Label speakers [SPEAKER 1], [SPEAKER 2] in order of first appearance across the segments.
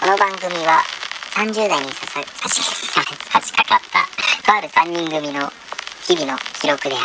[SPEAKER 1] この番組は30代にささ差し差し掛かったとある3人組の日々の記録である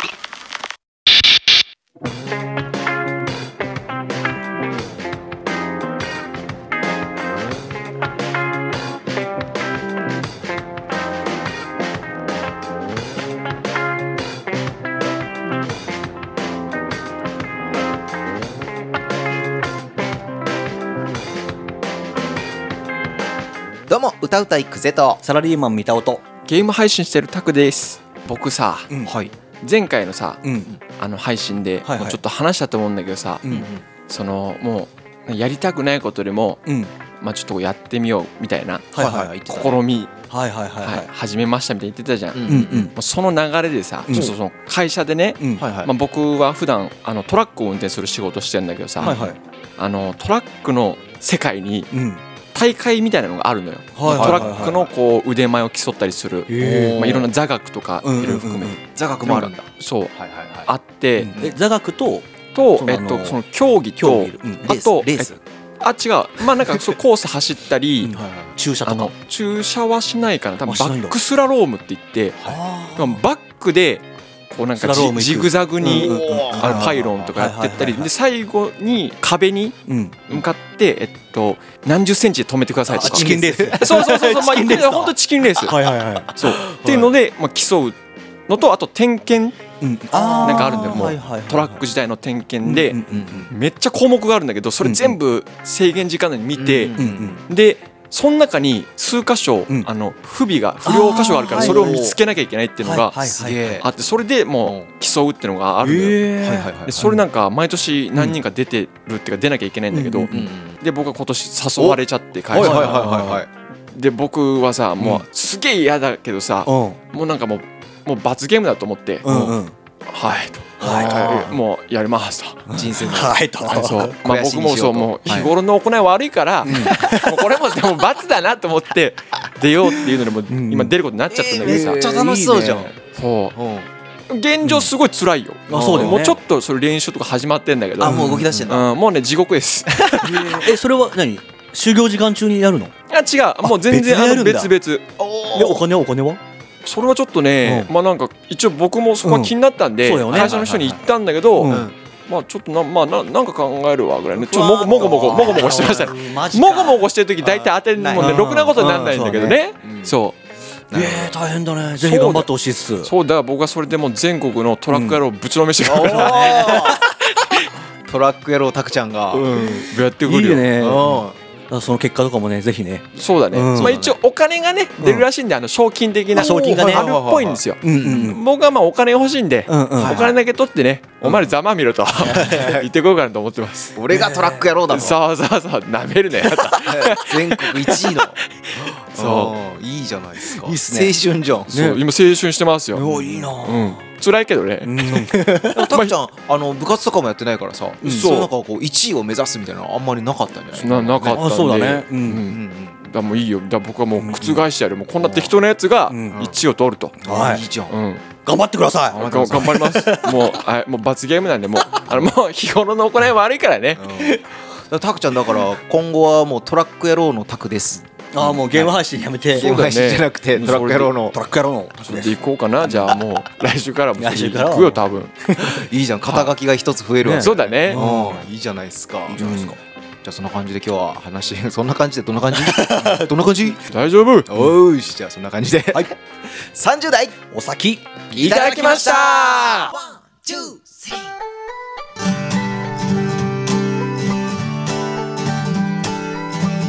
[SPEAKER 2] どうも歌うたいくぜと
[SPEAKER 3] サラリーマン見た音
[SPEAKER 4] ゲーム配信してるタクです僕さ、
[SPEAKER 2] うん
[SPEAKER 3] はい
[SPEAKER 4] 前回のさ
[SPEAKER 2] うん
[SPEAKER 4] あの配信
[SPEAKER 2] は
[SPEAKER 4] で
[SPEAKER 2] いはい
[SPEAKER 4] もうちょっと話したと思うんだけどさ、
[SPEAKER 2] うん
[SPEAKER 4] そのもうやりたくないことよりも、
[SPEAKER 2] うん
[SPEAKER 4] まあ、ちょっとやってみようみたいな
[SPEAKER 2] はいはいはい言ってた
[SPEAKER 4] 試み、
[SPEAKER 2] はいはいはい
[SPEAKER 4] は
[SPEAKER 2] はいい
[SPEAKER 4] 始めましたみたいに言ってたじゃん、
[SPEAKER 3] う
[SPEAKER 4] も
[SPEAKER 3] ん
[SPEAKER 2] うん
[SPEAKER 4] うその流れでさ、
[SPEAKER 2] うん
[SPEAKER 4] ちょっとその会社でね、
[SPEAKER 2] うんうん
[SPEAKER 3] はいはい
[SPEAKER 4] まあ、僕は普段あのトラックを運転する仕事してるんだけどさ、
[SPEAKER 2] はいはい
[SPEAKER 4] あのトラックの世界に
[SPEAKER 2] うん
[SPEAKER 4] 大会みたいなのがあるのよ、
[SPEAKER 2] はいはいはいはい
[SPEAKER 4] トラックのこう腕前を競ったりする、
[SPEAKER 2] へー
[SPEAKER 4] まあ、いろんな座学とかい
[SPEAKER 2] うんうんう
[SPEAKER 4] ろ
[SPEAKER 2] んう
[SPEAKER 4] いろ
[SPEAKER 2] ん
[SPEAKER 4] 含めて、
[SPEAKER 3] 座学もあるんだ
[SPEAKER 4] そう
[SPEAKER 3] はいはいはい
[SPEAKER 4] あって、
[SPEAKER 2] うん
[SPEAKER 3] え座学と
[SPEAKER 4] と
[SPEAKER 2] そ、の
[SPEAKER 4] え
[SPEAKER 2] あ
[SPEAKER 4] っ
[SPEAKER 2] の
[SPEAKER 4] と、その競技
[SPEAKER 3] 競
[SPEAKER 4] と
[SPEAKER 3] 技
[SPEAKER 2] うんレ
[SPEAKER 4] あ
[SPEAKER 2] ース
[SPEAKER 4] と
[SPEAKER 2] レース
[SPEAKER 4] あ違うまあなんかそうコース走ったり、
[SPEAKER 2] うん
[SPEAKER 3] はいはい
[SPEAKER 2] 駐車
[SPEAKER 4] あ
[SPEAKER 2] とか
[SPEAKER 4] の駐車はしないかな多分
[SPEAKER 2] あ
[SPEAKER 4] バ
[SPEAKER 2] しないんだ
[SPEAKER 4] ックスラロームって言って
[SPEAKER 2] あ
[SPEAKER 4] まあバックでこうなん
[SPEAKER 2] ス
[SPEAKER 4] か
[SPEAKER 2] ラローム行く
[SPEAKER 4] ジジグザグに、
[SPEAKER 2] うんうんうん
[SPEAKER 4] あのパイロンとかやって
[SPEAKER 2] は
[SPEAKER 4] ったり、
[SPEAKER 2] いはいはいはい
[SPEAKER 4] で最後に壁に
[SPEAKER 2] うん
[SPEAKER 4] 向かって、えっと、何十センチで止めてくださいと
[SPEAKER 2] あ
[SPEAKER 4] か
[SPEAKER 2] チキンレース
[SPEAKER 4] そうそうそうそう、まあ、
[SPEAKER 2] チキンレースだ
[SPEAKER 4] 本当チキンレース、
[SPEAKER 2] はいはいはい
[SPEAKER 4] そうっていうので、まあ、競うのとあと点検
[SPEAKER 2] うんあー
[SPEAKER 4] なんかあるんだよもう
[SPEAKER 2] はいはいはい
[SPEAKER 4] トラック自体の点検で、
[SPEAKER 2] うんうん
[SPEAKER 4] めっちゃ項目があるんだけどそれ全部制限時間内に見て、
[SPEAKER 3] うん
[SPEAKER 2] うんうん
[SPEAKER 4] でその中に数箇所、
[SPEAKER 2] うん
[SPEAKER 4] あの不備が不良箇所があるから
[SPEAKER 2] あー
[SPEAKER 4] それを見つけなきゃいけないっていうの
[SPEAKER 2] は
[SPEAKER 4] が
[SPEAKER 2] いはいはい
[SPEAKER 3] すげえ
[SPEAKER 4] あってそれでもう競うっていうのがあるのよ。
[SPEAKER 3] えはいはいはい
[SPEAKER 4] でそれなんか毎年何人か出てるっていうか出なきゃいけないんだけ
[SPEAKER 2] うん
[SPEAKER 4] ど
[SPEAKER 2] うん
[SPEAKER 3] うん
[SPEAKER 4] で僕は今年誘われちゃって
[SPEAKER 3] は
[SPEAKER 4] 会
[SPEAKER 3] いはい
[SPEAKER 4] 社
[SPEAKER 3] はい
[SPEAKER 4] に
[SPEAKER 3] はいはい
[SPEAKER 4] で僕はさも
[SPEAKER 2] う
[SPEAKER 4] うすげえ嫌だけどさ
[SPEAKER 2] うん
[SPEAKER 4] もうなんかもうもう罰ゲームだと思って「
[SPEAKER 2] うん
[SPEAKER 4] もう
[SPEAKER 2] うん
[SPEAKER 4] はい」と
[SPEAKER 2] はい
[SPEAKER 3] は
[SPEAKER 4] 「
[SPEAKER 3] い
[SPEAKER 4] もうやります」と。
[SPEAKER 3] 人生の
[SPEAKER 2] はいと
[SPEAKER 4] そうまあ、
[SPEAKER 3] 肥やし
[SPEAKER 4] 僕
[SPEAKER 3] にしよ
[SPEAKER 4] もそう
[SPEAKER 3] うと
[SPEAKER 4] もう
[SPEAKER 3] はい
[SPEAKER 4] 日頃の行い悪いから、 もうこれもでも罰だなと思って出ようっていうのでも
[SPEAKER 2] ん
[SPEAKER 4] 今出ることになっちゃったんだけどさ、
[SPEAKER 3] えーめっちゃ楽しそうじゃん
[SPEAKER 4] そう現状すごい辛いよ、
[SPEAKER 2] まあそうだよね
[SPEAKER 4] もうちょっとそれ練習とか始まってんだけど
[SPEAKER 3] あもう動き出してんだ
[SPEAKER 4] うんもうね地獄です
[SPEAKER 2] えそれは何就業時間中にやるの
[SPEAKER 4] あ違うもう全然
[SPEAKER 2] 別でや
[SPEAKER 4] あ
[SPEAKER 2] る
[SPEAKER 4] の
[SPEAKER 2] んだ
[SPEAKER 4] 別々
[SPEAKER 2] でお金はお金は
[SPEAKER 4] それはちょっとね、
[SPEAKER 2] う
[SPEAKER 4] まあなんか一応僕もそこは気になったん
[SPEAKER 2] うん
[SPEAKER 4] で、
[SPEAKER 2] そうだよね
[SPEAKER 4] 会社の人に言ったんだけど、
[SPEAKER 2] うん
[SPEAKER 4] まあちょっとな,、まあ、ななんか考えるわぐらいねちょっともごもごもごもごもごしてましたね
[SPEAKER 3] マジか
[SPEAKER 4] もごもごしてる時大体当てるもん
[SPEAKER 2] ない
[SPEAKER 4] でろくなことにならないんだけどね
[SPEAKER 3] うん
[SPEAKER 4] そ
[SPEAKER 2] えー大変だねぜひ頑張ってほしいっす
[SPEAKER 4] うそうだから僕はそれでもう全国のトラック野郎をぶちのめしてくるから
[SPEAKER 3] トラック野郎タクちゃんがうん
[SPEAKER 4] やってく
[SPEAKER 2] い
[SPEAKER 4] る
[SPEAKER 2] い
[SPEAKER 4] よ
[SPEAKER 2] ねだからその結果とかもねぜひね
[SPEAKER 4] そうだね
[SPEAKER 2] うん
[SPEAKER 4] まあ一応お金がね出るらしいんであの賞金的な
[SPEAKER 2] あ賞金がね
[SPEAKER 4] あるっぽいんですよ
[SPEAKER 2] うんうん
[SPEAKER 4] 僕はまあお金欲しいんで
[SPEAKER 2] うんうん
[SPEAKER 4] お金だけ取ってねお前らざまあみろと 言ってこようかなと思ってます
[SPEAKER 3] 俺がトラック野郎だぞ
[SPEAKER 4] ざわざわざわなめる ね
[SPEAKER 3] 全国1位の
[SPEAKER 4] そ
[SPEAKER 3] うんいいじゃないですか
[SPEAKER 2] いいっすね
[SPEAKER 3] 青春じゃん
[SPEAKER 4] そう今青春してますよ
[SPEAKER 2] おいいな
[SPEAKER 4] う
[SPEAKER 2] ぁ
[SPEAKER 4] ん辛いけど ね
[SPEAKER 3] でもタクちゃんあの部活とかもやってないからさ
[SPEAKER 4] ん
[SPEAKER 3] そうなんかこう1位を目指すみたいなのあんまりなかったんじゃない
[SPEAKER 4] ななかったん
[SPEAKER 2] あ
[SPEAKER 4] で
[SPEAKER 2] そうだねう
[SPEAKER 4] うん
[SPEAKER 3] うん
[SPEAKER 4] ん
[SPEAKER 3] うん
[SPEAKER 4] だからもういいよだから僕はもう覆してやるもうこんな適当なやつが
[SPEAKER 2] うん
[SPEAKER 4] 1を取ると、
[SPEAKER 2] はい
[SPEAKER 3] いいじゃん
[SPEAKER 4] うん、
[SPEAKER 2] 頑張ってください
[SPEAKER 4] が頑張りますもうあもう罰ゲームなん でもうあのもう日頃の行い悪いからね
[SPEAKER 3] だからタクちゃんだから今後はもうトラック野郎のタクです
[SPEAKER 2] ああもうゲーム配信やめて
[SPEAKER 3] ゲーム配信じゃなくて
[SPEAKER 4] うん
[SPEAKER 3] トラック野郎の
[SPEAKER 2] トラックやろうの
[SPEAKER 4] それで行こうかなじゃあもう来週からも
[SPEAKER 2] 来週からは
[SPEAKER 4] 行くよ多分
[SPEAKER 3] いいじゃん肩書きが一つ増えるわ
[SPEAKER 2] ね
[SPEAKER 4] そうだね
[SPEAKER 3] うんいいじゃないですかいいじゃないですかじゃあそんな感じで今日は話 そんな感じでどんな感じどんな感じ
[SPEAKER 4] 大丈夫
[SPEAKER 3] おーしじゃあそんな感じで
[SPEAKER 2] はい
[SPEAKER 3] 30代
[SPEAKER 2] お先
[SPEAKER 3] い
[SPEAKER 4] いただきました
[SPEAKER 5] Oh,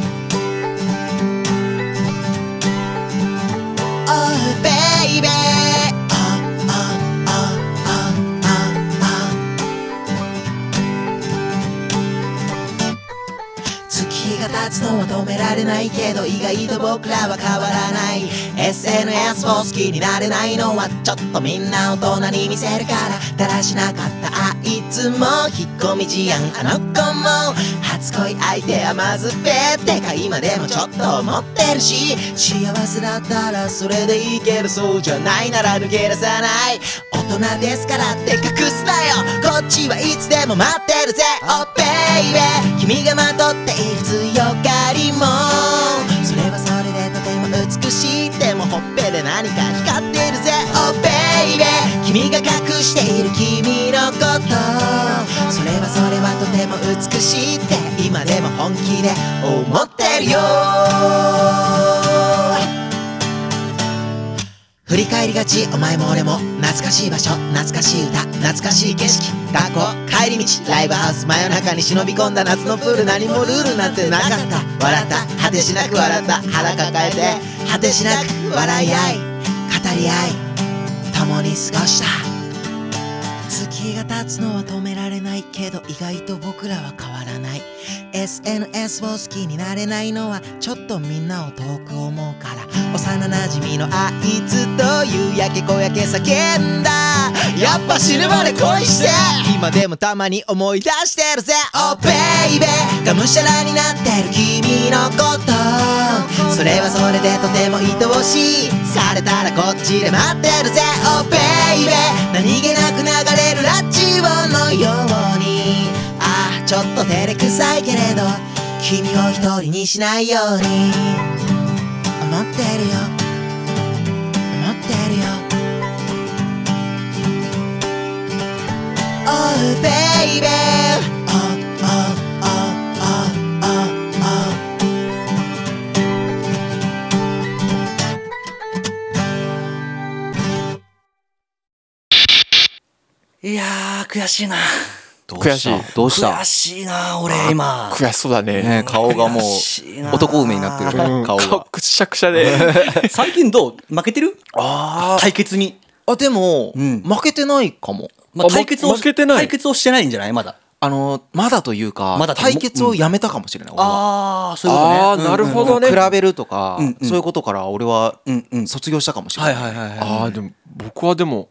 [SPEAKER 5] 月日が経つのは止められないけど意外と僕らは変わらない SNS を好きになれないのはちょっとみんな大人に見せるからだらしなかったあいつも引っ込み思案あの子も初恋相手はまずべってか今でもちょっと思ってるし幸せだったらそれでいいけどそうじゃないなら抜け出さない大人ですからって隠すなよこっちはいつでも待ってるぜ Oh baby 君がまとっている強がりも君が隠している君のことそれはそれはとても美しいって今でも本気で思ってるよ振り返りがちお前も俺も懐かしい場所懐かしい歌懐かしい景色学校帰り道ライブハウス真夜中に忍び込んだ夏のプール何もルールなんてなかった笑った果てしなく笑った腹抱えて果てしなく笑い合い語り合い共に過ごした月が経つのは止められないけど意外と僕らは変わらない SNS を好きになれないのはちょっとみんなを遠く思うから幼なじみのあいつと夕焼け小焼け叫んだやっぱ死ぬまで恋して今でもたまに思い出してるぜ Oh baby がむしゃらになってる君のことそれはそれでとても愛おしいされたらこっちで待ってるぜ Oh baby 何気なく流れるラジオのようにああちょっと照れくさいけれど君を一人にしないように思ってるよ思ってるよ Oh baby Oh oh oh oh oh oh
[SPEAKER 6] いやー、悔しいな。
[SPEAKER 3] ど
[SPEAKER 4] 悔しい
[SPEAKER 3] どうした
[SPEAKER 6] 悔しいな、俺、今。
[SPEAKER 4] 悔しそうだね。
[SPEAKER 3] ね顔がも
[SPEAKER 6] 悔しいな
[SPEAKER 3] う男梅になってる
[SPEAKER 4] うん
[SPEAKER 3] 顔
[SPEAKER 4] 顔
[SPEAKER 3] が
[SPEAKER 4] くしゃくしゃで。
[SPEAKER 6] 最近どう負けてる
[SPEAKER 3] あ
[SPEAKER 6] 対決に。
[SPEAKER 3] あでも
[SPEAKER 6] うん
[SPEAKER 3] 負けてないかも
[SPEAKER 6] まあ、
[SPEAKER 4] あ
[SPEAKER 6] 対決を
[SPEAKER 4] 負けてない
[SPEAKER 6] 対決をしてないんじゃないまだ。
[SPEAKER 3] あのまだというか
[SPEAKER 6] まだと
[SPEAKER 3] 対決をやめたかもしれない俺は
[SPEAKER 6] あー、そういうことね。
[SPEAKER 4] ああ、なるほどね。
[SPEAKER 3] 比べるとか
[SPEAKER 6] うんうん
[SPEAKER 3] そういうことから俺は
[SPEAKER 6] うんうん
[SPEAKER 3] 卒業したかもしれ
[SPEAKER 6] は
[SPEAKER 3] な
[SPEAKER 6] いは
[SPEAKER 3] い
[SPEAKER 6] いはいはい。
[SPEAKER 4] ああ、でも僕はでも、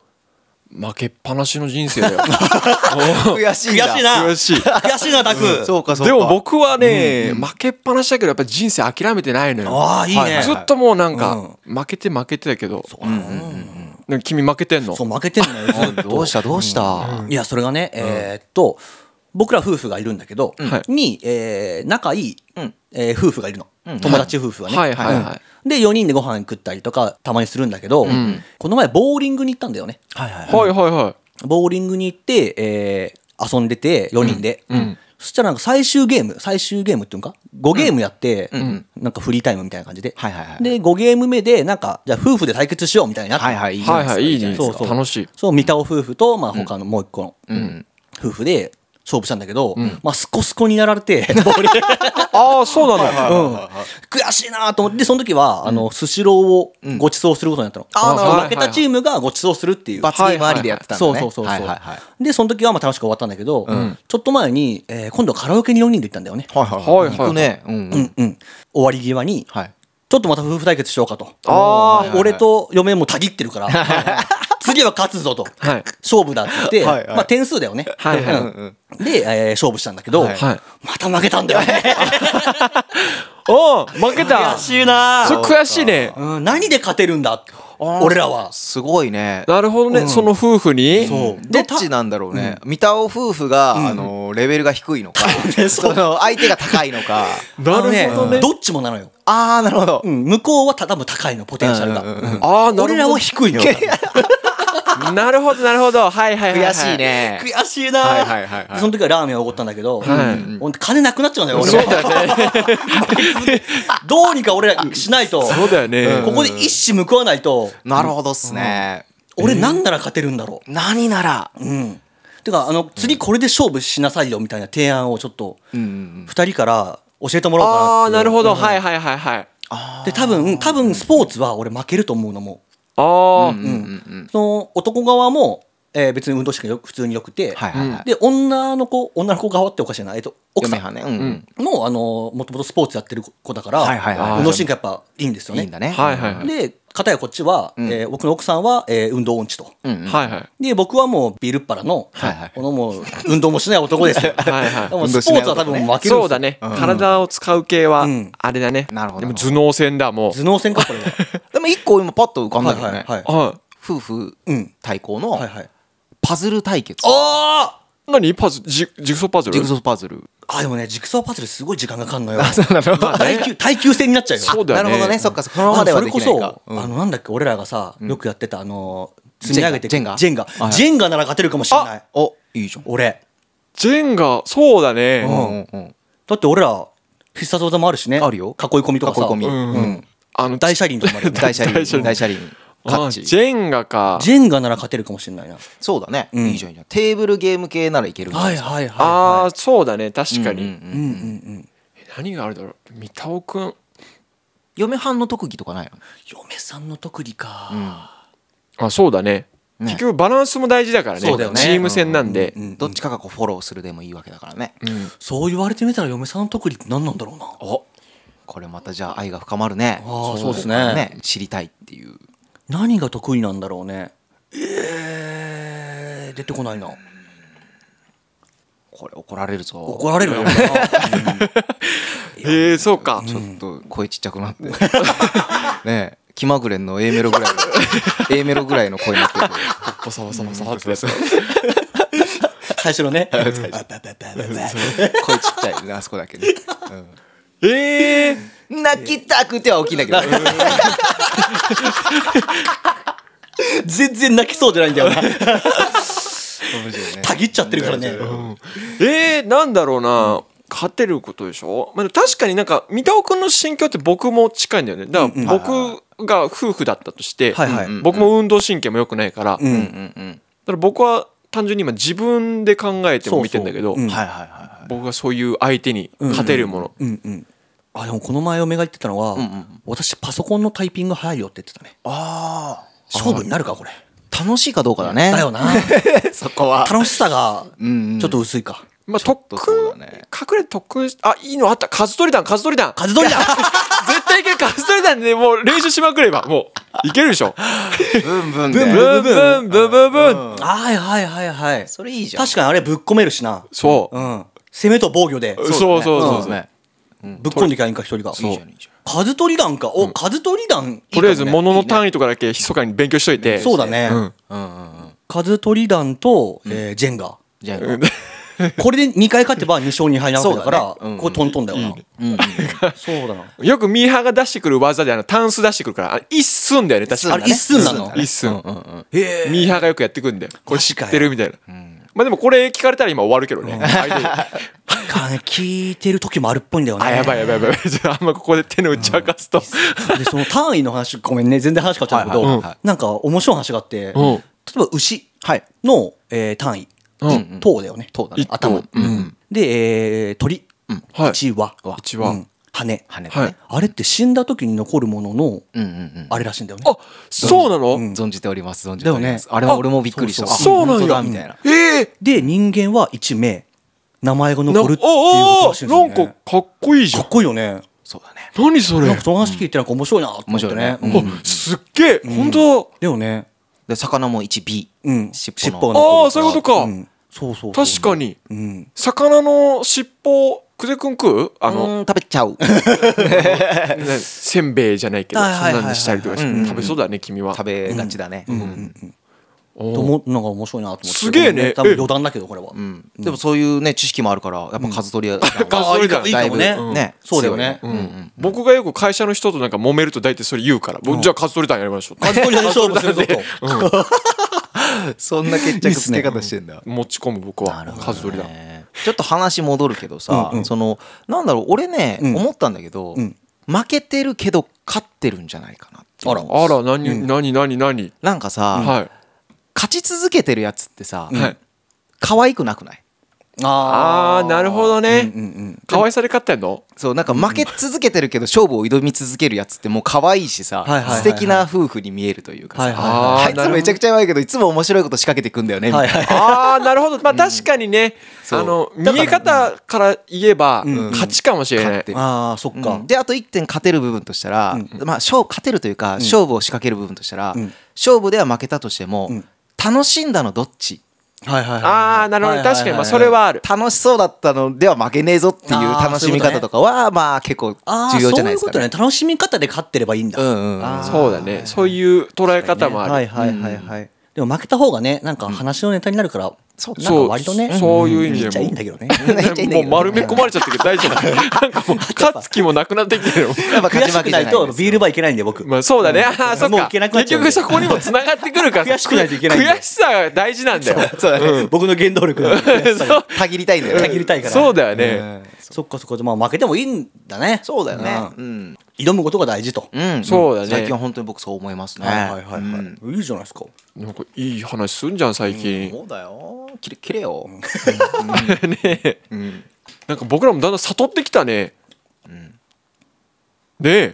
[SPEAKER 4] 負けっぱなしの人生だよ。
[SPEAKER 3] 悔し
[SPEAKER 6] 悔
[SPEAKER 3] いな
[SPEAKER 6] しいな。
[SPEAKER 4] 悔しい。
[SPEAKER 6] 悔しいな、タク。
[SPEAKER 3] そうかそう
[SPEAKER 4] で
[SPEAKER 3] か
[SPEAKER 4] も僕はね、負けっぱなしだけど、やっぱ人生諦めてないのよ。
[SPEAKER 6] ああ、いいね。
[SPEAKER 4] ずっともうなんか、負けて負けてだけど、なんか君負けてんの
[SPEAKER 6] そう、負けてんのよ。ずっと
[SPEAKER 3] どうしたどうした
[SPEAKER 6] いや、それがね、えーっと、僕ら夫婦がいるんだけど、
[SPEAKER 4] はい
[SPEAKER 6] に、えー仲いい、えー夫婦がいるの。友達夫婦がね。
[SPEAKER 4] はいはいはい
[SPEAKER 6] うんで、4人でご飯食ったりとか、たまにするんだけど、この前、ボーリングに行ったんだよね。
[SPEAKER 4] はいはいはい。
[SPEAKER 6] ボーリングに行って、えー遊んでて、4人で。そしたらなんか最終ゲーム、最終ゲームっていうんか、5ゲームやって、なんかフリータイムみたいな感じで。
[SPEAKER 3] はいはいはい
[SPEAKER 6] で、5ゲーム目で、なんか、じゃあ夫婦で対決しようみたいになって
[SPEAKER 3] はいはいいいじゃな
[SPEAKER 4] はいい
[SPEAKER 3] です
[SPEAKER 4] はい、いい
[SPEAKER 3] か
[SPEAKER 4] ね。
[SPEAKER 6] そうそう
[SPEAKER 4] 楽しい。
[SPEAKER 6] そう三田尾夫婦と、まあ、他のもう一個の夫婦で勝負したんだけど、まあ、スコスコにやられ てボール
[SPEAKER 4] ああ、そうなんだ。
[SPEAKER 6] うん悔しいなと思ってでその時はあのスシローをご馳走することになったの、
[SPEAKER 4] あーなるほど
[SPEAKER 6] 負けたチームがご馳走するっていう。
[SPEAKER 3] 罰ゲームありでやってたんだ
[SPEAKER 6] そう
[SPEAKER 3] ね
[SPEAKER 6] そうそうそう、
[SPEAKER 3] はいはいはい
[SPEAKER 6] でその時はまあ楽しく終わったんだけど、ちょっと前に、えー今度はカラオケに4人で行ったんだよね、
[SPEAKER 3] はいはいはい
[SPEAKER 4] はいはい
[SPEAKER 3] 行くねうんう
[SPEAKER 6] うんんうん、終わり際に、
[SPEAKER 3] はい
[SPEAKER 6] ちょっとまた夫婦対決しようかと
[SPEAKER 4] ああ、
[SPEAKER 6] 俺と嫁もたぎってる から、次は勝つぞと、
[SPEAKER 4] はい
[SPEAKER 6] 勝負だって言って、
[SPEAKER 3] はいはい
[SPEAKER 6] まあ点数だよね。
[SPEAKER 4] はいはい
[SPEAKER 6] うんで、えー勝負したんだけど、
[SPEAKER 3] はい
[SPEAKER 4] はい
[SPEAKER 6] また負けたんだよ ね。
[SPEAKER 4] おお、負けた。
[SPEAKER 6] 悔しいな
[SPEAKER 4] それ悔しいね。
[SPEAKER 6] うん、何で勝てるんだ俺らは。
[SPEAKER 3] すごいね
[SPEAKER 4] なるほどね、その夫婦に。
[SPEAKER 3] どっちなんだろうね三田尾夫婦があのレベルが低いのかその相手が高いのか
[SPEAKER 4] なるほどね
[SPEAKER 6] あのどっちもなのよ。
[SPEAKER 3] ああなるほど
[SPEAKER 6] うん、向こうはただも高いの、ポテンシャルが。
[SPEAKER 3] うんうん
[SPEAKER 6] うん
[SPEAKER 4] ああ、な
[SPEAKER 6] 俺
[SPEAKER 4] る
[SPEAKER 6] ら
[SPEAKER 4] ほ
[SPEAKER 6] は低いのよ。
[SPEAKER 4] ど。 なるほど、なるほど。はいはいはい。
[SPEAKER 3] 悔しい。ね
[SPEAKER 6] 悔しいな、
[SPEAKER 3] はいはいはいはい
[SPEAKER 6] その時はラーメンをおごったんだけど、
[SPEAKER 4] はい
[SPEAKER 6] ほんと金なくなっちゃうんだよ、俺
[SPEAKER 4] そう
[SPEAKER 6] も。
[SPEAKER 4] だよね。
[SPEAKER 6] どうにか俺らしないと、
[SPEAKER 4] そうだよね。
[SPEAKER 6] ここで一矢報わないと、
[SPEAKER 3] なるほどっすね
[SPEAKER 6] 俺なんなら勝てるんだろう。
[SPEAKER 3] 何なら
[SPEAKER 6] うん、てかあの次これで勝負しなさいよみたいな提案をちょっと2人から教えてもらおうかな
[SPEAKER 4] ああ、なるほど。
[SPEAKER 6] い
[SPEAKER 4] はいはいはいはい。
[SPEAKER 6] で多分多分スポーツは俺負けると思うのも
[SPEAKER 4] ああ、
[SPEAKER 6] うその男側も、えー別に運動神経よ普通に良くて、
[SPEAKER 3] はいはいはい
[SPEAKER 6] で女の子女の子側っておかしいな、えっと、奥さ
[SPEAKER 3] 嫁
[SPEAKER 6] ん
[SPEAKER 3] はねうんうん
[SPEAKER 6] もあのもともとスポーツやってる子だから、
[SPEAKER 3] はいはいはい
[SPEAKER 6] 運動神経やっぱいいんですよ
[SPEAKER 3] い
[SPEAKER 6] ね
[SPEAKER 3] いんだね
[SPEAKER 4] はいはいはい。
[SPEAKER 6] で片やこっちは、えー僕の奥さんは、えー運動音痴と。
[SPEAKER 4] はいはい。
[SPEAKER 6] で僕はもうビルっ腹の、
[SPEAKER 3] はいはい
[SPEAKER 6] このもう運動もしない男です よ
[SPEAKER 4] はいはい
[SPEAKER 6] でもスポーツは多分負けるんですよ
[SPEAKER 4] そうだね。体を使う系は
[SPEAKER 6] ん、
[SPEAKER 4] あれだね。
[SPEAKER 3] なるほど
[SPEAKER 4] でも頭脳戦だ、も
[SPEAKER 6] 頭脳戦かこれは
[SPEAKER 3] でも一個今パッと浮かんだ
[SPEAKER 6] は
[SPEAKER 3] け
[SPEAKER 6] い
[SPEAKER 3] ど
[SPEAKER 6] はい
[SPEAKER 3] ね
[SPEAKER 6] はい、
[SPEAKER 4] う。は
[SPEAKER 3] 夫婦
[SPEAKER 6] うん
[SPEAKER 3] 対抗
[SPEAKER 6] は
[SPEAKER 3] の
[SPEAKER 6] いはい、
[SPEAKER 3] パズル対決
[SPEAKER 6] あー
[SPEAKER 4] い。何パズル、ジジグソーパズル
[SPEAKER 3] ジグソーパズル
[SPEAKER 6] あでもねジクソーパズルすごい時間がかかるのよ耐久耐久戦になっちゃうよ
[SPEAKER 4] そうだよ
[SPEAKER 3] な
[SPEAKER 4] ね
[SPEAKER 3] るほどねそっかそこ
[SPEAKER 6] あ
[SPEAKER 3] までは
[SPEAKER 6] それ
[SPEAKER 3] で
[SPEAKER 6] こ
[SPEAKER 3] きない
[SPEAKER 6] そ
[SPEAKER 3] か、うん
[SPEAKER 6] あのなんだっけ俺らがさよくやってたあのー積み上げていく
[SPEAKER 3] ジェンガ
[SPEAKER 6] ジェンガ
[SPEAKER 3] はい
[SPEAKER 6] ジェンガなら勝てるかもしれない
[SPEAKER 3] おいいじゃん
[SPEAKER 6] 俺
[SPEAKER 4] ジェンガそうだ
[SPEAKER 3] う
[SPEAKER 4] ね、
[SPEAKER 3] んうんうん
[SPEAKER 6] だって俺ら必殺技もあるしね
[SPEAKER 3] あるよ
[SPEAKER 6] 囲い込みとかさ
[SPEAKER 3] 囲い込み
[SPEAKER 4] うん
[SPEAKER 3] うん
[SPEAKER 4] あの
[SPEAKER 6] 大車輪とかもあるよね
[SPEAKER 3] 大車輪
[SPEAKER 4] 大車輪
[SPEAKER 3] 大車輪
[SPEAKER 4] あ
[SPEAKER 3] カッ
[SPEAKER 4] ジ
[SPEAKER 3] チ
[SPEAKER 4] ェンガか
[SPEAKER 6] ジェンガなら勝てるかもしれないな
[SPEAKER 3] そうだね
[SPEAKER 6] うん
[SPEAKER 3] いいじゃんいいじゃんテーブルゲーム系ならいけるんじゃないですか
[SPEAKER 6] はい
[SPEAKER 4] ああーそうだね確かに、
[SPEAKER 3] うんうんうん
[SPEAKER 6] うんうんうん
[SPEAKER 4] 何があるだろう三田尾くん
[SPEAKER 3] 嫁はんの特技とかないの
[SPEAKER 6] 嫁さんの特技か、
[SPEAKER 4] あそうだね
[SPEAKER 3] ね
[SPEAKER 4] 結局バランスも大事だからね
[SPEAKER 6] そうだよね
[SPEAKER 4] チーム戦なんで、
[SPEAKER 6] うんうん
[SPEAKER 3] どっちかがこうフォローするでもいいわけだからね
[SPEAKER 6] そう言われてみたら嫁さんの特技って何なんだろうな
[SPEAKER 3] おこれまたじゃあ愛が深まるね
[SPEAKER 6] あーそうですね
[SPEAKER 3] ね知りたいっていう
[SPEAKER 6] 何が得意なんだろうねえー、出てこないな
[SPEAKER 3] これ怒られるぞ
[SPEAKER 6] 怒られるよ俺な
[SPEAKER 4] ええそうか、
[SPEAKER 3] ちょっと声ちっちゃくなって ねえ気まぐれんの A メロぐらいの A メロぐらいの声になってる
[SPEAKER 4] ボサボサボサボサってやつ
[SPEAKER 6] 最初のね
[SPEAKER 3] 声ちっちゃいねあそこだけね、
[SPEAKER 4] ええ
[SPEAKER 3] うん泣きたくては起きないけど
[SPEAKER 6] 全然泣きそうじゃないんだよな
[SPEAKER 3] 面白いね
[SPEAKER 6] たぎっちゃってるからね
[SPEAKER 4] ええなんだろうな、勝てることでしょ、まあ、確かになんか三田尾くんの心境って僕も近いんだよねだから僕が夫婦だったとして、
[SPEAKER 6] はいはい
[SPEAKER 4] 僕も運動神経も良くないから、
[SPEAKER 6] う
[SPEAKER 4] だか
[SPEAKER 6] ん
[SPEAKER 3] うんうん
[SPEAKER 4] ら僕は単純に今自分で考えても見てんだけ
[SPEAKER 6] そう
[SPEAKER 4] ど
[SPEAKER 6] そううん
[SPEAKER 3] はいはいはいはい
[SPEAKER 4] 僕がそういう相手に勝てるもの、
[SPEAKER 6] うんうんあでもこの前嫁が言ってたのは、
[SPEAKER 3] ん
[SPEAKER 6] 私パソコンのタイピング早いよって言ってたね
[SPEAKER 3] あ
[SPEAKER 6] 勝負になるかこれ
[SPEAKER 3] あ楽しいかどうかだね
[SPEAKER 6] だよな
[SPEAKER 3] そこは
[SPEAKER 6] 楽しさが
[SPEAKER 3] うんうん
[SPEAKER 6] ちょっと薄いか
[SPEAKER 4] まあ特
[SPEAKER 3] とそうだ
[SPEAKER 4] 訓、
[SPEAKER 3] ね
[SPEAKER 4] 隠れて特訓しあいいのあった数取り弾数取り弾
[SPEAKER 6] 風取りだ
[SPEAKER 4] 絶対いける数取り弾でもう練習しまくればもういけるでしょ
[SPEAKER 3] ブンブン
[SPEAKER 4] ブ
[SPEAKER 3] で
[SPEAKER 4] ンブンブンブンブンブン
[SPEAKER 6] はいはいはいはい
[SPEAKER 3] それいいじゃん
[SPEAKER 6] 確かにあれぶっ込めるしな
[SPEAKER 4] そう、
[SPEAKER 6] うん攻めと防御で
[SPEAKER 4] そうそうそうそう
[SPEAKER 3] ですね
[SPEAKER 6] ぶっこんできゃいいんか一人が
[SPEAKER 3] いいじゃんいいじゃん
[SPEAKER 6] 数取り弾かお数取り弾
[SPEAKER 4] とりあえず
[SPEAKER 6] も
[SPEAKER 4] 物の単位とかだけ密かに勉強しといて
[SPEAKER 6] そうだね
[SPEAKER 4] うん
[SPEAKER 6] 数取り弾とえージェンガ
[SPEAKER 3] じゃあ
[SPEAKER 6] これで2回勝てば2勝2敗なわけ だか
[SPEAKER 3] そう
[SPEAKER 6] ら
[SPEAKER 3] だねうん
[SPEAKER 6] これトントンだよなそうだな
[SPEAKER 4] よくミーハーが出してくる技であのタンス出してくるからあ一寸だよね確
[SPEAKER 6] あ
[SPEAKER 4] か
[SPEAKER 6] れ
[SPEAKER 4] に
[SPEAKER 6] 一寸なの
[SPEAKER 4] 一寸、
[SPEAKER 6] へえ
[SPEAKER 4] ミーハーがよくやってくんだよこれ知
[SPEAKER 6] マジ
[SPEAKER 4] っ
[SPEAKER 6] か
[SPEAKER 4] て
[SPEAKER 6] よ
[SPEAKER 4] るみたいな、まあでもこれ聞かれたら今終わるけどね、相手に
[SPEAKER 6] 聞いてる時もあるっぽいんだよね
[SPEAKER 4] あやばいやばいやばいじゃああんまここで手の打ち明かすと、
[SPEAKER 6] でその単位の話ごめんね全然話変わっちゃうけ
[SPEAKER 3] はいはい
[SPEAKER 6] ど
[SPEAKER 3] はいはい
[SPEAKER 6] なんか面白い話があって例
[SPEAKER 4] ん
[SPEAKER 6] えば牛のえー単位
[SPEAKER 4] うん
[SPEAKER 6] 頭だよね頭
[SPEAKER 4] ね
[SPEAKER 6] 頭
[SPEAKER 4] うん
[SPEAKER 6] でえー鳥
[SPEAKER 4] はい
[SPEAKER 6] 一羽
[SPEAKER 4] 一羽
[SPEAKER 6] うん羽
[SPEAKER 3] 羽
[SPEAKER 4] は
[SPEAKER 3] だ
[SPEAKER 4] い
[SPEAKER 3] ね
[SPEAKER 6] あれって死んだ時に残るものの
[SPEAKER 3] うんうん
[SPEAKER 6] あれらしいんだよね
[SPEAKER 4] あそうなの、
[SPEAKER 3] うん存じております存じております
[SPEAKER 6] だよね
[SPEAKER 3] あれは俺もびっくりした
[SPEAKER 6] そう
[SPEAKER 4] そう
[SPEAKER 3] あ本当
[SPEAKER 4] そうな
[SPEAKER 3] だ
[SPEAKER 4] んや
[SPEAKER 3] みたいな
[SPEAKER 4] ええ
[SPEAKER 6] で人間は1名名前が
[SPEAKER 4] な
[SPEAKER 6] 残るっていうこと
[SPEAKER 4] お
[SPEAKER 6] らしい
[SPEAKER 4] ー
[SPEAKER 6] んですよね
[SPEAKER 4] なんかかっこいいじゃ
[SPEAKER 6] か
[SPEAKER 4] ん
[SPEAKER 6] っこいいよね
[SPEAKER 3] そうだね
[SPEAKER 4] 何それ
[SPEAKER 6] なんかその話聞いてなんか面白いなと思って
[SPEAKER 3] 面白い
[SPEAKER 6] ね
[SPEAKER 3] ねうん
[SPEAKER 6] うん
[SPEAKER 4] あすっげえ本当
[SPEAKER 6] だよね
[SPEAKER 3] で魚も 1B
[SPEAKER 6] うん
[SPEAKER 3] 尻尾の
[SPEAKER 6] 尻尾が
[SPEAKER 4] だあ
[SPEAKER 6] 残
[SPEAKER 4] あ
[SPEAKER 6] る
[SPEAKER 4] そういうことか、
[SPEAKER 6] うんそうそうそう
[SPEAKER 4] 確かに
[SPEAKER 6] うん
[SPEAKER 4] 魚の尻尾クゼくん食うあ
[SPEAKER 3] う
[SPEAKER 4] の、
[SPEAKER 3] ーん食べちゃう
[SPEAKER 4] ねせんべいじゃないけどそ
[SPEAKER 6] はい
[SPEAKER 4] ん
[SPEAKER 6] はいはいはい
[SPEAKER 4] なんにしたりとかし
[SPEAKER 3] うんうんうん
[SPEAKER 4] 食べそうだね君は
[SPEAKER 3] 食べがちだねうん
[SPEAKER 4] おー
[SPEAKER 6] と思うのが面白いなと思って
[SPEAKER 4] すげえね
[SPEAKER 6] 多分余談だけどこれは
[SPEAKER 3] うんでもそういうね知識 もあるからやっぱ数取りは
[SPEAKER 4] あ
[SPEAKER 6] い
[SPEAKER 4] いいか
[SPEAKER 6] いかもね
[SPEAKER 3] だいぶね
[SPEAKER 6] そうだよね
[SPEAKER 3] 強いうん
[SPEAKER 4] 僕がよく会社の人となんか揉めると大体それ言うから、僕じゃあカツ取り団やりましょう
[SPEAKER 6] カズトリで勝負するぞと
[SPEAKER 3] そんな決着つけ方してんだ
[SPEAKER 4] 持ち込む僕はカツ取り団
[SPEAKER 3] ちょっと話戻るけどさ
[SPEAKER 6] うんうん
[SPEAKER 3] そのなんだろう俺ね
[SPEAKER 6] うん
[SPEAKER 3] 思ったんだけど
[SPEAKER 6] うん
[SPEAKER 3] 負けてるけど勝ってるんじゃないかなって
[SPEAKER 6] あら
[SPEAKER 4] あら何、何何何
[SPEAKER 3] なんかさ
[SPEAKER 4] はい
[SPEAKER 3] 勝ち続けてるやつってさ
[SPEAKER 4] はい
[SPEAKER 3] 可愛くなくない
[SPEAKER 4] あ
[SPEAKER 6] あ
[SPEAKER 4] あなるほどね、
[SPEAKER 6] うんうん
[SPEAKER 4] 可愛さで勝ってんの
[SPEAKER 3] そうなんか負け続けてるけど勝負を挑み続けるやつってもう可愛いしさ
[SPEAKER 6] はいはいはいはい
[SPEAKER 3] 素敵な夫婦に見えるというかさ、
[SPEAKER 6] はいはい
[SPEAKER 4] はい
[SPEAKER 3] あいつらめちゃくちゃ弱いけどいつも面白いこと仕掛けてくんだよねみた
[SPEAKER 6] はいい
[SPEAKER 3] な、
[SPEAKER 6] はい
[SPEAKER 4] ああなるほどまあ確かにね、
[SPEAKER 3] そう
[SPEAKER 4] あの見え方から言えば勝ちかもしれない、
[SPEAKER 3] 勝ってる
[SPEAKER 6] ああそっ
[SPEAKER 3] う
[SPEAKER 6] か
[SPEAKER 3] んであと1点勝てる部分としたら、まあ、勝勝てるというか勝負を仕掛ける部分としたら、
[SPEAKER 6] うん
[SPEAKER 3] 勝負では負けたとしても、
[SPEAKER 6] ん
[SPEAKER 3] 楽しんだのどっち
[SPEAKER 6] はいはいはい
[SPEAKER 4] ああなるほど、確かにまあそれはある
[SPEAKER 3] 楽しそうだったのでは負けねえぞっていう楽しみ方とかはまあ結構
[SPEAKER 6] ああ
[SPEAKER 3] 重要じゃないで
[SPEAKER 6] そういうこ
[SPEAKER 3] すか
[SPEAKER 6] とね
[SPEAKER 3] ね。
[SPEAKER 6] 楽しみ方で勝ってればいいんだ
[SPEAKER 3] うんうんうん
[SPEAKER 4] そうだねそういう捉え方もある、
[SPEAKER 6] はいはいはいはい、でも負けた方がねなんか話のネタになるからそうなんか割とね
[SPEAKER 4] そうそういう意味で
[SPEAKER 6] 言
[SPEAKER 4] も
[SPEAKER 6] っちゃいいんだけ どね
[SPEAKER 4] もう丸め込まれちゃったけど大丈夫 なんかもう勝つ気もなくなってきてるもん
[SPEAKER 3] やっぱ勝
[SPEAKER 6] 悔
[SPEAKER 3] ち
[SPEAKER 6] しく
[SPEAKER 3] 負けじ
[SPEAKER 6] な
[SPEAKER 3] ゃ
[SPEAKER 6] い
[SPEAKER 3] ないん
[SPEAKER 6] と
[SPEAKER 3] です
[SPEAKER 6] ビールバーいけないんで僕
[SPEAKER 4] まあそうだね、ああそっ
[SPEAKER 6] もう
[SPEAKER 4] か
[SPEAKER 6] 行けなくなっ
[SPEAKER 4] 結
[SPEAKER 6] ちゃう
[SPEAKER 4] 局そこにも繋がってくるから
[SPEAKER 6] 悔しくないといけないんだよ
[SPEAKER 4] 悔しさが大事なんだよ
[SPEAKER 3] そうだね
[SPEAKER 6] 僕の原動力 が
[SPEAKER 4] そう
[SPEAKER 3] たぎりたいんだよね
[SPEAKER 6] 限りたいから
[SPEAKER 4] そうだよ
[SPEAKER 3] う
[SPEAKER 4] ね、
[SPEAKER 3] ん
[SPEAKER 6] そっかそっかじゃあまあ負けてもいいんだね
[SPEAKER 3] そうだよね
[SPEAKER 6] う
[SPEAKER 3] うんん
[SPEAKER 6] 挑むことが大事と
[SPEAKER 3] うん
[SPEAKER 4] そうだね
[SPEAKER 3] 最近は本当に僕そう思いますね
[SPEAKER 6] はいはいはい
[SPEAKER 3] うん
[SPEAKER 6] はいいいじゃないですか
[SPEAKER 4] なんかいい話すんじゃん最近、
[SPEAKER 3] そうだよきれきれよ
[SPEAKER 4] なんか僕らもだんだん悟ってきたね、ねえ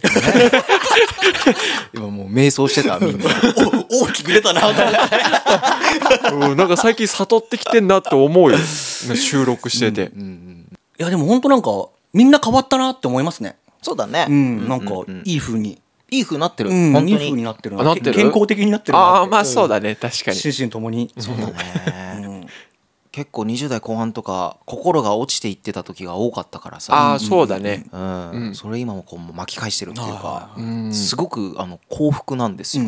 [SPEAKER 3] 今もう瞑想してた みんな
[SPEAKER 6] お大きく出 たなと思って
[SPEAKER 4] うんなんか最近悟ってきてんなって思うよ収録してて、
[SPEAKER 6] いやでも本当なんかみんな変わったなって思いますね
[SPEAKER 3] そうだ
[SPEAKER 6] う
[SPEAKER 3] ね
[SPEAKER 6] んなんかいい風に
[SPEAKER 3] いい風になってる
[SPEAKER 6] うん
[SPEAKER 3] 本
[SPEAKER 6] いい
[SPEAKER 3] 当
[SPEAKER 6] 風に
[SPEAKER 3] に
[SPEAKER 6] なってる
[SPEAKER 4] あなってる
[SPEAKER 6] 健康的になってるなって
[SPEAKER 4] ああまあそうだね確かに
[SPEAKER 6] 心身ともにそうだ
[SPEAKER 3] ね結構20代後半とか心が落ちていってた時が多かったからさ
[SPEAKER 4] ああそうだね、
[SPEAKER 3] うん
[SPEAKER 4] うん
[SPEAKER 3] それ今もこう巻き返してるっていうか
[SPEAKER 4] うん
[SPEAKER 3] すごくあの幸福なんですよ、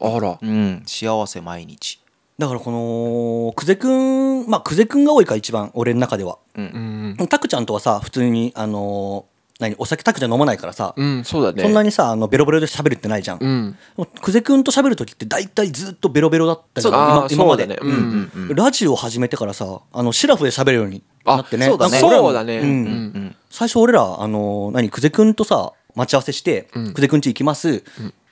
[SPEAKER 4] あら
[SPEAKER 3] うん幸せ毎日
[SPEAKER 6] だからこの久世くんまあ久世くんが多いか一番俺の中では
[SPEAKER 4] うん
[SPEAKER 6] タクちゃんとはさ普通にあのー何お酒タクちゃん飲まないからさ、
[SPEAKER 4] うんそうだね
[SPEAKER 6] そんなにさあのベロベロで喋るってないじゃん、
[SPEAKER 4] うん
[SPEAKER 6] でも久世くんと喋る時って大体ずっとベロベロだったじゃん
[SPEAKER 4] そうだ
[SPEAKER 6] 今
[SPEAKER 4] あー
[SPEAKER 6] 今まで
[SPEAKER 4] そうだねうん
[SPEAKER 6] うんラジオ始めてからさあのシラフで喋るようになってね
[SPEAKER 4] あそうだ
[SPEAKER 6] な
[SPEAKER 4] ね
[SPEAKER 6] んか俺らも
[SPEAKER 4] そうだね
[SPEAKER 6] ん
[SPEAKER 4] うん
[SPEAKER 3] うん
[SPEAKER 6] 最初俺らあのー何久世くんとさ待ち合わせして久世くん家行きます、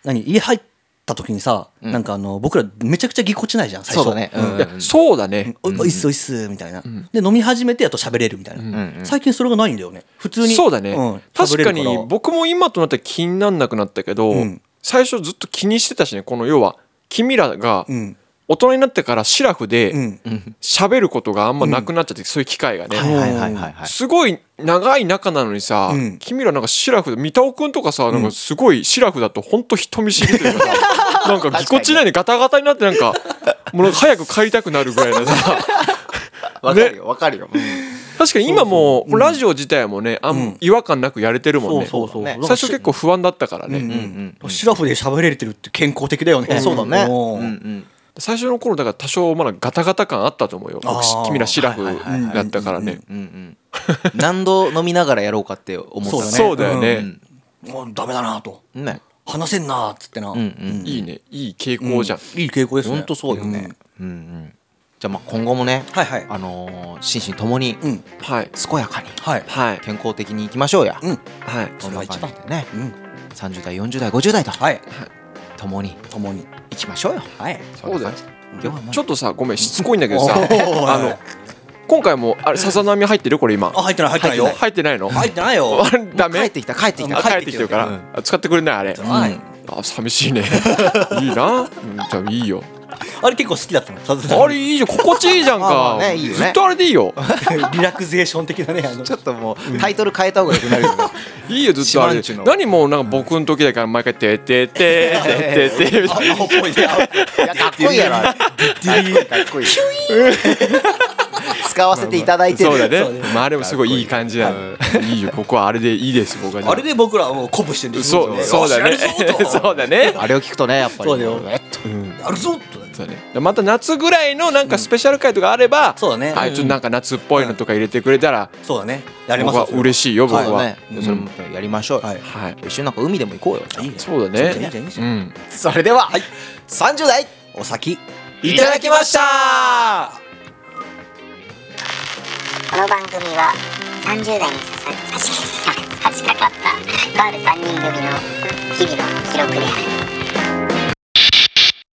[SPEAKER 6] 何家入った時にさ、なんかあの僕らめちゃくちゃぎこちないじゃん最初
[SPEAKER 3] そうだねうん
[SPEAKER 4] いやそうだね、
[SPEAKER 6] おおいっすおいっすみたいな、で飲み始めてやっと喋れるみたいな、最近それがないんだよね普通に
[SPEAKER 4] そうだね、
[SPEAKER 6] ん喋
[SPEAKER 4] 確か
[SPEAKER 6] れる
[SPEAKER 4] に僕も今となって気になんなくなったけど、
[SPEAKER 6] うん
[SPEAKER 4] 最初ずっと気にしてたしねこの要は君らが
[SPEAKER 6] うん
[SPEAKER 4] 大人になってからシラフ
[SPEAKER 6] う
[SPEAKER 4] で
[SPEAKER 6] ん
[SPEAKER 4] 喋ることがあんまなくなっちゃって、そういう機会がね、
[SPEAKER 3] はいはいはいはいはい
[SPEAKER 4] すごい長い仲なのにさ、
[SPEAKER 6] うん
[SPEAKER 4] 君らなんかシラフで三田尾君とかさなんかすごいシラフだとほんと人見知りというか さなんかぎこちないでガタガタになってなんかもうなんか早く帰りたくなるぐらいのさ
[SPEAKER 3] わかるよわかるよ
[SPEAKER 4] 確かに今もうラジオ自体もねあん、違和感なくやれてるもん
[SPEAKER 6] そう
[SPEAKER 4] ね
[SPEAKER 6] そうそう、
[SPEAKER 3] ね
[SPEAKER 6] だか
[SPEAKER 4] 最
[SPEAKER 6] ら
[SPEAKER 4] 初結構不安だったからね、
[SPEAKER 6] うんシラフで喋れてるって健康的だよね、
[SPEAKER 3] そうだね
[SPEAKER 6] うん
[SPEAKER 3] うん
[SPEAKER 4] 最初の頃だから多少まだガタガタ感あったと思うよ
[SPEAKER 6] あー
[SPEAKER 4] 僕し君らシラフだったからね
[SPEAKER 3] うんうん何度飲みながらやろうかって思ったね
[SPEAKER 4] そうだよね、
[SPEAKER 6] もうダメだなと
[SPEAKER 3] ね
[SPEAKER 6] 話せんなっつってな、
[SPEAKER 3] うんうん
[SPEAKER 4] いいねいい傾向じゃん、
[SPEAKER 6] いい傾向ですね
[SPEAKER 3] 本当そうよねうんうんじゃあまあ今後もね
[SPEAKER 6] はいはい
[SPEAKER 3] あのー心身ともに
[SPEAKER 6] うん
[SPEAKER 4] はい
[SPEAKER 3] 健やかに
[SPEAKER 6] はい
[SPEAKER 4] はい
[SPEAKER 3] 健康的にいきましょうや
[SPEAKER 6] うん
[SPEAKER 4] はい
[SPEAKER 3] そんな感じでね
[SPEAKER 6] うん
[SPEAKER 3] 30代40代50代と
[SPEAKER 6] はい
[SPEAKER 3] ともに
[SPEAKER 6] 共に
[SPEAKER 3] いきましょうよ
[SPEAKER 6] はい
[SPEAKER 4] そうだよ
[SPEAKER 6] ちょ
[SPEAKER 4] ちょっとさごめんしつこいんだけどさ
[SPEAKER 6] あ
[SPEAKER 4] あの今回もあれさざ波入ってるこれ今
[SPEAKER 6] あ入ってない入ってないよ入
[SPEAKER 4] 入ってないの
[SPEAKER 6] ってないよ
[SPEAKER 4] あれダメ
[SPEAKER 3] 帰ってきた帰ってきた
[SPEAKER 4] あ帰ってきてるから、あ使ってくれないあれ、
[SPEAKER 6] はい
[SPEAKER 4] あ寂しいねいいなうんじゃあいいよ
[SPEAKER 6] あれ結構好きだったのさすがに
[SPEAKER 4] あれいいじゃん心地いいじゃんか
[SPEAKER 3] まあまあねいいよね
[SPEAKER 4] ずっとあれでいいよ
[SPEAKER 6] リラクゼーション的なねあの
[SPEAKER 3] ちょっともうタイトル変えた方がよくなるよね
[SPEAKER 4] いいよずっとあ
[SPEAKER 3] シマ
[SPEAKER 4] れ
[SPEAKER 3] ンチュの
[SPEAKER 4] 何もうなんか僕の時だから毎回「てててててて」みたいな
[SPEAKER 6] 青っぽいね
[SPEAKER 3] いやかっこいいやろあれかっこいいかっこいい使わせていただいてる
[SPEAKER 4] そうだねまああれもすごいいい感じなのいいよここはあれでいいです僕は
[SPEAKER 6] あれで僕らはもう鼓舞してるんです
[SPEAKER 4] そうそうだね
[SPEAKER 6] そ
[SPEAKER 4] そううだね
[SPEAKER 3] あれを聞くとねやっぱり
[SPEAKER 6] そうだよ
[SPEAKER 3] えっと
[SPEAKER 6] やるぞと
[SPEAKER 4] そうだねまた夏ぐらいのなんかスペシャル回とかあれば、
[SPEAKER 6] そうだね
[SPEAKER 4] あいつなんか夏っぽいのとか入れてくれたら、
[SPEAKER 6] そうだねやりま
[SPEAKER 4] 僕
[SPEAKER 6] す
[SPEAKER 4] は嬉しいよ僕は、
[SPEAKER 3] そうだね
[SPEAKER 4] うん
[SPEAKER 3] それもやりましょう
[SPEAKER 6] はい
[SPEAKER 4] はい
[SPEAKER 3] 一緒になんか海でも行こうよ
[SPEAKER 6] いいね
[SPEAKER 4] そうだ
[SPEAKER 6] いいじゃんいい
[SPEAKER 4] ね
[SPEAKER 6] じゃんいいじ
[SPEAKER 4] う
[SPEAKER 6] ゃん
[SPEAKER 4] ん
[SPEAKER 3] それでは30代
[SPEAKER 6] お先
[SPEAKER 4] いただきました
[SPEAKER 1] この番組は30代にささ差し差し掛かったとある3人組の日々の記録である